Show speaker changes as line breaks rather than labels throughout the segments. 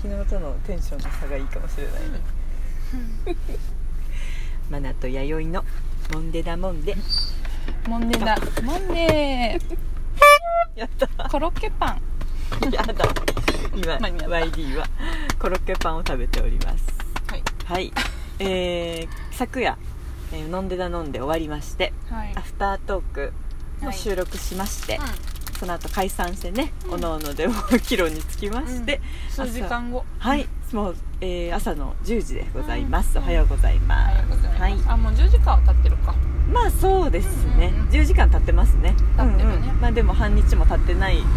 昨日とのテンションの差がいいかもしれないねマナと弥生のモンデダモンデ
モンデだモンデ
やった
コロッケパン
やだ今
間に合った
YD はコロッケパンを食べております
はい
はいえー、昨夜、えー飲んでだ飲んで終わりまして
はい
アフタートークの収録しまして、その後解散してね、
うん
おのおのでもう帰路につきまして、
数時間後
はいもう、えー朝の10時でございます、
うん
おはようござい
お
ま
は
す
ようございます、
は
あもう10時間は経ってるか
い、まあそうですね、
うんうんうん
10時間経ってますね
経ってるね
うんうんまあでも半日も経ってない
うんうん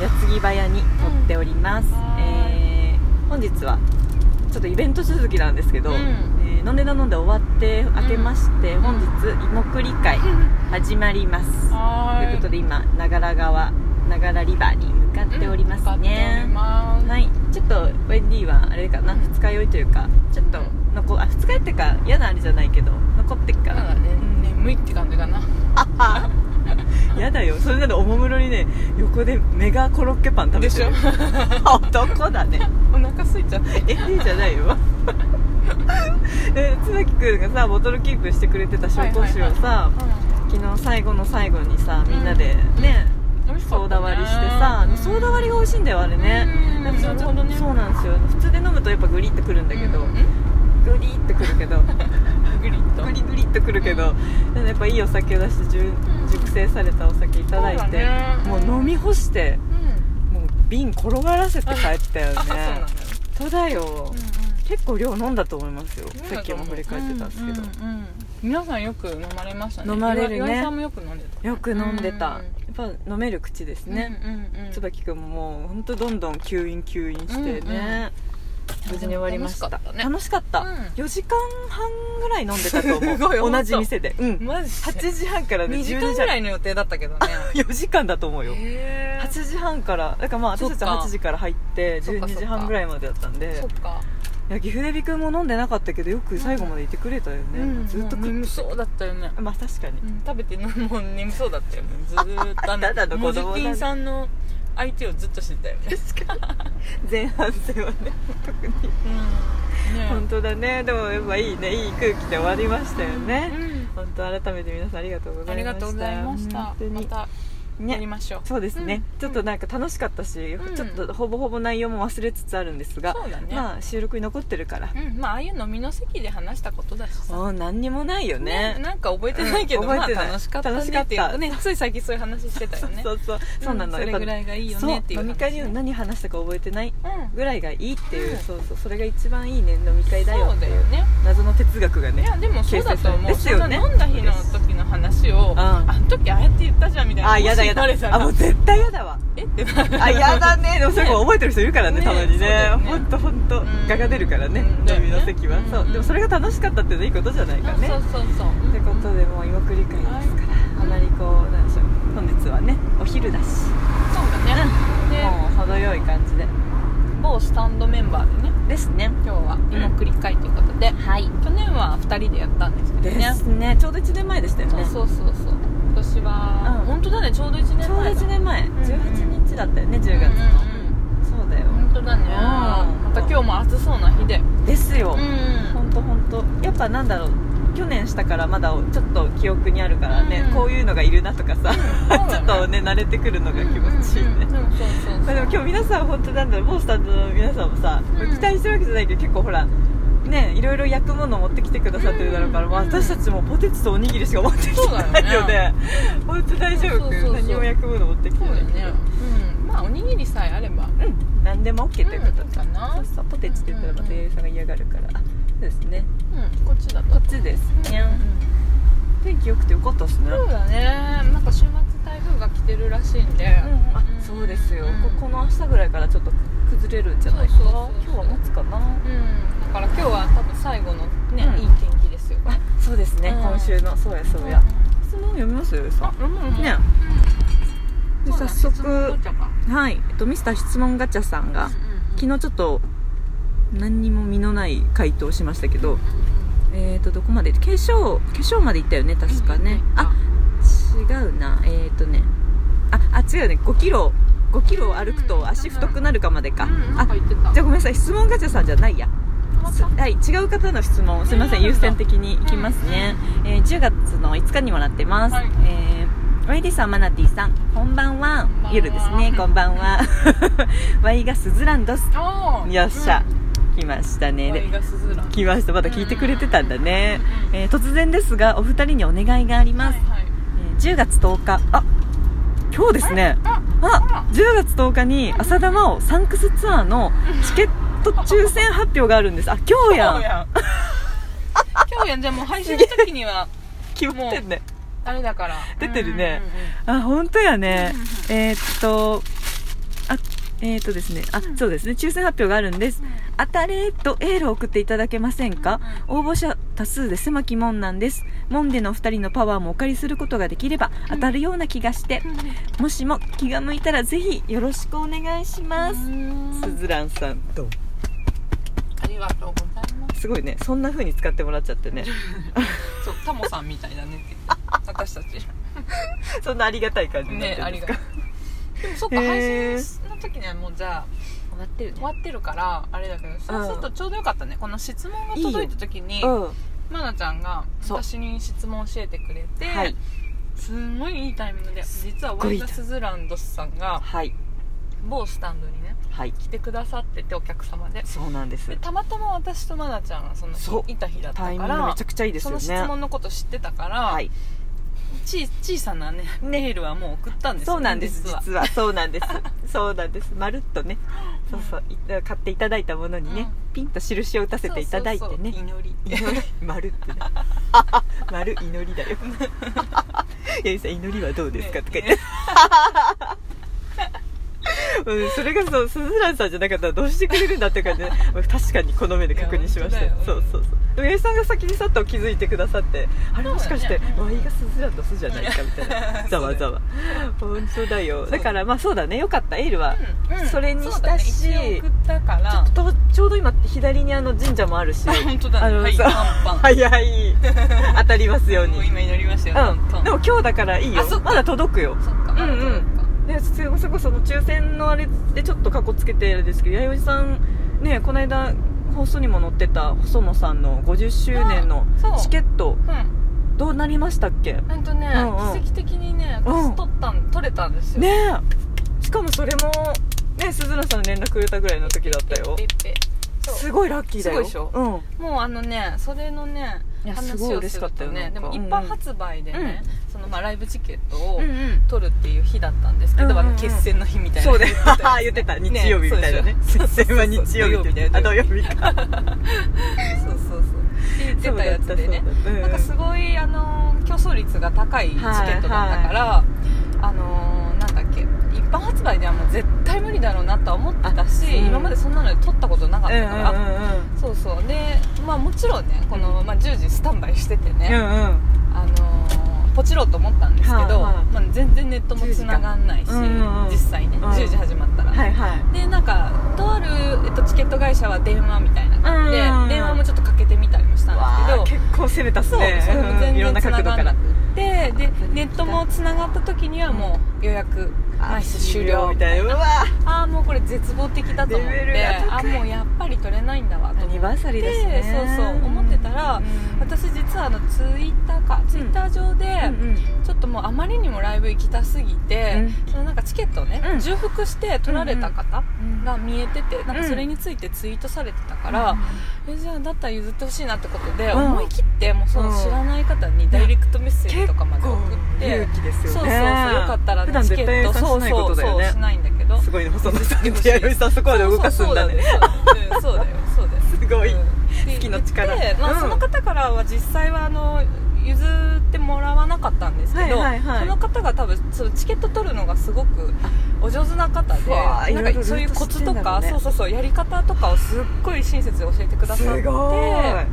矢継ぎ早に撮っております、
うんはーい
えー本日はちょっとイベント続きなんですけど、
うん
えー飲んで飲んで終わって明けまして、
ん
本日芋栗会始まります、と
は
いうことで今長良川長良リバーに向かっておりますね、
は
はいいちょっとウェンディはあれかな、
うん
二日酔いというかちょっと残あ二日酔いっていうか嫌なあれじゃないけど残ってっか
だから
ら、
ね眠いって感じかな
嫌だよそれならおもむろにね横でメガコロッケパン食べ
で
て
しょ
る男だね
お腹空いちゃって
えいいじゃないよ え椿君がさボトルキープしてくれてた紹興酒をさ、昨日最後の最後にさみんなでね、
美味しか
ソー
ったね
ダ割りしてさ、
うん
ソーダ割りが美味しいんだよあれね、
うん
なんかちょっと
なるほどね
そうなんですよ普通で飲むとやっぱグリってくるんだけど、
うん
グリってくるけどグ
グリッと
リグリってくるけど、でもやっぱいいお酒を出して熟
ん
熟成されたお酒いただいて
そうだね
もう飲み干して
うん
もう瓶転がらせて帰ったよね
あそうなんだよ
本当だよ、結構量飲んだと思いますよさっきも振り返ってたんですけど、
うんうんうん皆さんよく飲まれましたね
飲まれるね
岩井さんもよく飲んでた
よく飲んでた、
う
やっぱ飲める口ですね、
うんうんうん
椿君ももう本当どんどん吸引吸引してね、無事に終わりました
楽しかったね
しかった
うん
4時間半ぐらい飲んでたと思う
すごい
同じ店でうん
マジ
8時半からね
2
12
時
時
間ぐらいの予定だったけどね
4時間だと思 うよ
へー
8時半からだからまあ私たち
そっか
は8時から入って
そっか
12
そっか
時半ぐらいまでだったんで
そっか
いや岐阜デビ君も飲んでなかったけどよく最後までいてくれたよね、
うん
ずっと
もう
食っ
眠そうだったよね
まあ確かに
うん食べてもう眠そうだったよねずーっとあ
ただの
モ
子
ジ
供だね
キンさんの相手をずっとしてたよ ね
確かに前半戦はね特に
うんね
本当だねでもやっぱいいねいい空気で終わりましたよね、
うん
本当改めて皆さんありがとうござ
あ
い
り
ました
がとうございました
本当に
またやり
ね
ましょう
そうですね、
うん
ちょっとなんか楽しかったし、
うん
ちょっとほぼほぼ内容も忘れつつあるんですが、
そうだね
まあ収録に残ってるから、
うんまあああいう飲みの席で話したことだしさ
もう何にもないよね
なんか覚えてないけど、
うん覚
まあ
えてない
楽しかったね
楽しかった
ていうねつい最近そういう話してたよね
そうそうそうなの、
んそれぐら
い
いがいいよねっていう
飲み会で
話ね
何話したか覚えてない
うん
ぐらいがいいっていう、
うん
そうそうそれが一番いいね飲み会だよ
そうだよね
謎の哲学が
い
ね
やでもそうだと思う、
形成されてです
そ
よ
の
ね
飲んだ日の時の話を、
ん
あの時ああやって言ったじゃんみたいな
あやだやだ
もし言われたら
あもう絶対やだわ
えってなる
あやだねでもそれ
ね
覚えてる人いるからね
ね
たまに
そうだ
ね
よね
ほんとほんと
ん
画が出るからね
うんだよ
飲
ね
みの席はそ
うんう
うんでもそれが楽しかったっていうのはいいことじゃないからね
そうそうそう
ってことでもう今繰り返ですからあまりこうなんでしょう本日はねお昼だし
そうだね、で
もう程よい感じで
某スタンドメンバーでね
ですね
今日は芋繰り返ということで、
はい
去年は2人でやったんですけど
で
ね
すねちょうど1年前でしたよ
そう
ね
そうそうそう今年は、
うん
本当だねちょうど1年前
ちょうど
だ
1年前
ん
18日だったよね10月のそうだよ
うんうんうん本当だね、
うん
また今日も暑そうな日で
ですよ
ん
本当本当やっぱなんだろう去年したからまだちょっと記憶にあるからね、
うん
こういうのがいるなとかさ、
だね
ちょっとね慣れてくるのが気持ちいいね、
うんうんうんうんそうそうそう
まあ、でも今日皆さん本当なんだろうモースターズの皆さんもさ、
うん
期待してるわけじゃないけど結構ほらねいろいろ焼くもの持ってきてくださってるだろうから、
うん
まあ私たちもポテチとおにぎりしか持ってきて ないよ
そうだ
ね本当大丈夫
そうそうそう
何も焼くもの持ってきて
そ
な
うだ
い
よ
けど
ね、うん、まあおにぎりさえあれば
うん何でも OK ということ
うん
で、
かな
そうそうポテチって言ったらまた弥生さんが嫌がるから、そうですね
うんこっちだと
こっちです
うん
にゃん天気良くてよかったですね、
そうだねなんか週末台風が来てるらしいんで、
あそうですよ、
うん
ここの明日ぐらいからちょっと崩れるんじゃないか
そうそうそうそう
今日は持つかな
うんだから今日は多分最後のね、
うん
いい天気ですよ
あそうですね、
うん
今週のそうやそうや、質問読みますよさ
あ
ん
うんうんうん
ねで
そうだ
早
ね質問
速
取っちゃうか
はい、えっと、ミスター質問ガチャさんが、
うんうんうん
昨日ちょっと何にも身のない回答をしましたけど、えっ、とどこまで化粧化粧までいったよね確かね、
うんうんうん
あ違うなえっ、とねああ違うね5キロ5キロ歩くと足太くなるかまでか、
うんな
あ
んか言ってた
じゃあごめんなさい質問ガチャさんじゃないや
止まった
はい、違う方の質問すみません
うん
優先的にいきますね、えー10月の5日にもらってます、
はい
えーワイリーさんマナティさんこんばんは
んばんは
夜ですねこんばん はワイがスズランドス
おー
よっしゃ、来ました
うん
ね
ワイ
で
ガスズラン
来ましたまだ聞いてくれてたんだね、
うん
えー突然ですがお二人にお願いがあります、
はいはい
えー10月10日あ今日ですね
あ
あ10月10日に浅田真央サンクスツアーのチケット抽選発表があるんですあ今日やん
今日やん今日やんじゃあもう配信の時には
決まってんね
あれだから
出てるね
うんうん
あ本当やね
うんうん
えーっとあえーっとですねあそうですね抽選発表があるんです
うん
当たれーとエールを送っていただけませんか応募者多数で狭き門なんです門でのお二人のパワーもお借りすることができれば当たるような気がしてもしも気が向いたらぜひよろしくお願いします
うん
すずらんさんと
ありがとうございます
すごいねそんな風に使ってもらっちゃって ね
そうタモさんみたいだねって私たち
そんなありがたい感じになって
ね
る
あ
んで
り
す
が
か、
とうでもそっか
へー
配信の時にはもうじゃあ
終わってる
終わってるからあれだけどそうするとちょうどよかったねこの質問が届いた時に
うん
まなちゃんが
そう
私に質問を教えてくれて、
はい
すんごいいいタイミングで実は
ご
ワ
いい
イ
タイミ
ガ
ング
スズランドスさんが
はい
某スタンドにね
はい
来てくださっててお客様で
そうなんです
でたまたま私とまなちゃんがその
そう
いた日だったか
タイミングめ
ら
ちゃくちゃいいです
そ
よ
の
ね
質問のこと知ってたから、
はい
ち小さなね
ね
メールはもう送ったんですよ、ね、
そうなんです実
実
は
は
そうなんです そうなんですまるっとねそうそうい買っていただいたものにね、ピンと印を打たせていただいてね
そうそうそう祈り
祈り 丸って ね丸祈りだよ 八木さん祈りはどうですか、とか言って、うん、それがそうすずらんさんじゃなかったらどうしてくれるんだって感じで確かにこの目で確認しました
いや本当
そ
だよ
うそうそうでも八木さんが先にさっと気づいてくださってあれもしかして
そうだよね
ワイがすずらんとすじゃないかみたいなざわざわ本当だよだからまあそうだねよかったエールは、
うんう ん
それにしたし
そうだね、一応送ったから
とちょうど今左にあの神社もあるし
本当だね
あの
はい
そう
パンパン
早い当たりますように
もう今祈りましたよ、パ
う
ン
んでも今日だからいいよ
あそっか
まだ届くよ
そっか
うんうんでそれこその抽選のあれでちょっと過去つけてるんですけど弥生さんねこの間放送にも載ってた細野さんの50周年の
あそう
チケット
うん
どうなりましたっけ
なんとね、
うんうん
奇跡的にね
うん
私取ったん取れたんですよ
ねえしかもそれもね鈴蘭さんに連絡くれたぐらいの時だったよ
ペッペッペッペッそう
すごいラッキーだよ
すごいでしょ
う
もうあのねそれのね
いや
話
すごい
を
嬉し
す
か
る
った
と
よな
ね
ん
で
か
も一般発売でね、そのまあライブチケット
ん
を
うんうん
取るっていう日だったんですけど、
うんうんうん
あの決戦の日みたいな
そうだよ 言
言
っ
ってて
た
た
日
よね
曜日みたいなね
そうそうそう
節戦は日曜日みたいなあ土
土
曜
曜
日か
そうそうそうって言ってたやつでねなんかすごいあの競争率が高いチケットだったから、あのなんだっけ一般発売ではもう絶対無理だろうなとは思ってたし、
あうん
今までそんなので撮ったことなかったから、
うんうんうんうん
そうそうでまあもちろんねこの、まあ、10時スタンバイしててね、
うんうん
あのーポチろうと思ったんですけど、
はいはい
まあ、全然ネットも繋がんないし、
10時かうんうん
実際ね、
ん
10時始まったら、
はいはい
でなんかとある、えっと、チケット会社は電話みたいな感じで、
うんうんうん
電話もちょっとかけてみたりもしたんですけど
結構攻めたっす
そう、
ね
それも
うんい
全
ろん
然
な角
繋
度から
が
ら
なくてでネットも繋がった時にはもう予約枚数終了
みたいなうわ
ああもうこれ絶望的だと思っ
レベル
て
が高い
あーもうやっぱり取れないんだわと思って
サリ
そうそう思ってたら、私実はあのツイッターかツイッター上で、ちょっともうあまりにもライブ行きたすぎて、そのなんかチケットをね、
うん
重複して取られた方が見えてて、なん
う
か
ん
それについてツイートされてたから、えじゃあだったら譲ってほしいなってことで、
うん
思い切ってもうその知らない方にダイレクトメッセージとかまで送って、
勇気です
そ
よ
うそうそうよ
ね
かったら
普
ね
段
チケ
絶対
ット
そうしないことだよ
そうそうそうし
ね
ないんだけど
すごいね細野さん
そう
と弥生さんそこまで動かすんだね
そうそうそうだようんそうだよそうだよ
すごい
好
好きの力
で、まあ
うん
その方からは実際はあの譲ってもらわなかったんですけど、
はいはいはい
その方が多分そのチケット取るのがすごくお上手な方
うわー
でなんかそういうコツと
いろいろルート知ってんだろう
か、
ね
そうそうそうやり方とかをすっごい親切で教えてくださって
すごい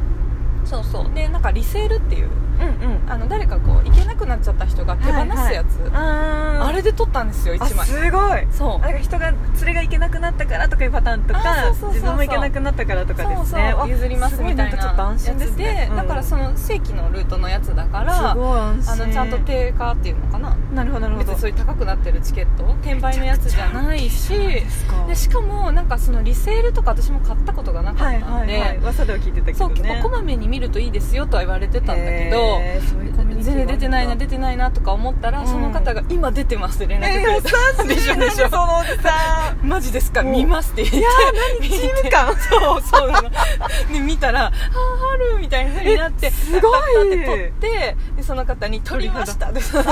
そうそうでなんかリセールっていう
うんうん
あの誰かこう行けなくなっちゃった人が手放すやつ、
あ
あれで撮ったんですよ1枚
すごい
そう
なんか人が連れが行けなくなったからとかいうパターンと
あ
か
そうそうそうそう
自分も行けなくなったからとかですね
そうそ
わ
う譲りますみたい
すごなんか
な
ちょっと安心です
や
ね
つでだから
す
その正規のルートのやつだから
ごい安心
あのちゃんと定価っていうのかな
なるほどなるほ
別
ど
にそういう高くなってるチケット転売のやつじゃないし
ですか
でしかもなんかそのリセールとか私も買ったことがなか
は
っ
い
た
は
んで、
いはい噂では聞いてたけ
そ
ど
う
ね
結構こまめに見るといいですよとは言われてたんだけど、
へーそういうコミュニティ
全然出てないな
て
出てないなとか思ったら、
うん
その方が今出てますって連絡くれた、
優しい
でしょでしょ
そのおじさ ん
マジですか
うん
見ますって言って
何チーム感
そうそうなので見たら「あー春」みたいな風になって
すごい
パッパッパって撮ってでその方に「撮りました」でそう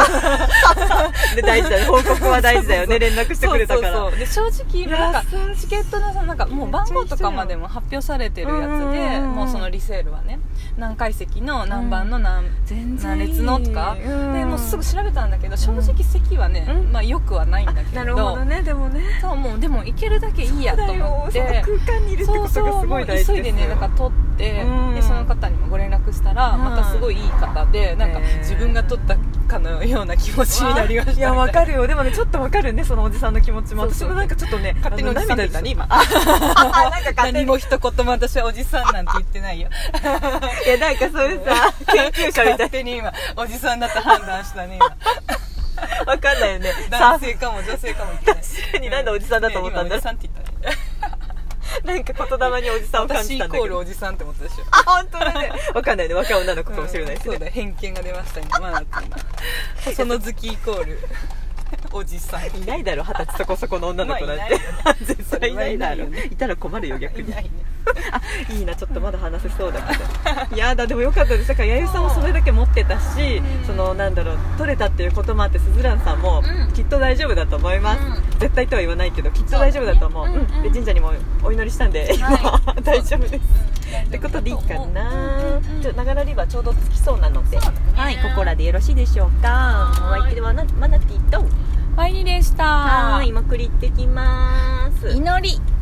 で大事だね報告は大事だよね連絡してくれたから
そうそうそうで正直なんか
優しい
チケットのさなんかもう番号とかまでも発表されてるや
うん
つ
うん
で
うん
もうそのリセールはね何階席の何番の何、
全
何列のとか、
うん
でもうすぐ調べたんだけど正直席はね、
うん
まあ、よくはないんだけど
なるほどねでもね
そうもうでも行けるだけいいやと思っ
そうだ
て
よその空間にいるってことがすごい大事
そうそうもう急
ですよ
いでねなんか撮って、
うん
でその方にもご連絡したら、
うん
またすごいいい方でなんか
へー
自分が撮ったかのような気持ちになりました
いやわ
る
かるよでもねちょっとわかるねそのおじさんの気持ちも
そう
私
そう
もなんかちょっとね
勝手におじさんって言ったね
あの涙出ちゃった ああなんか勝手
何
に
も一言も私はおじさんなんて言ってない よ
いやなんかそういう さ研究者みたい
勝手に今おじさんだと判断したね今
なわかんないよね さ
男性かも女性かもいけない確
かになんでおじさんだと思ったんだろう
おじさんって言ったね
なんか言霊におじさんを感
私
じ
イ
たんだ
コー
け
ル
ど
おじさんって思ったでしょ
あ本当だねわかんないね若い女の子かもしれないです
うんそう
ね
だ偏見が出ましたねマナテ ィーのその好きイコールおじさん
いないだろ二十歳そこそこの女の子なん
まあいない
て
よね
絶対いないだろ
それはいないよ
いたら困るよ逆に
いないね
あいいなちょっとまだ話せそうだけどいやだでもよかったですだから弥生さんもそれだけ持ってたし、
うん
そのなんだろう取れたっていうこともあってすずらんさんも、
うん
きっと大丈夫だと思います、
う
絶対とは言わないけどきっと大丈夫だと思う
そうだねうん
うんで神社にもお祈りしたんで今、
はい
大丈夫です
っ
ってことでいいかな、ちょっと
な
長らリバーちょうどつきそうなので、
そうだね
はいここらでよろしいでしょうかお
はーい
相手はなマナティと
ファイニーでした
はーい今クリ行ってきます
祈り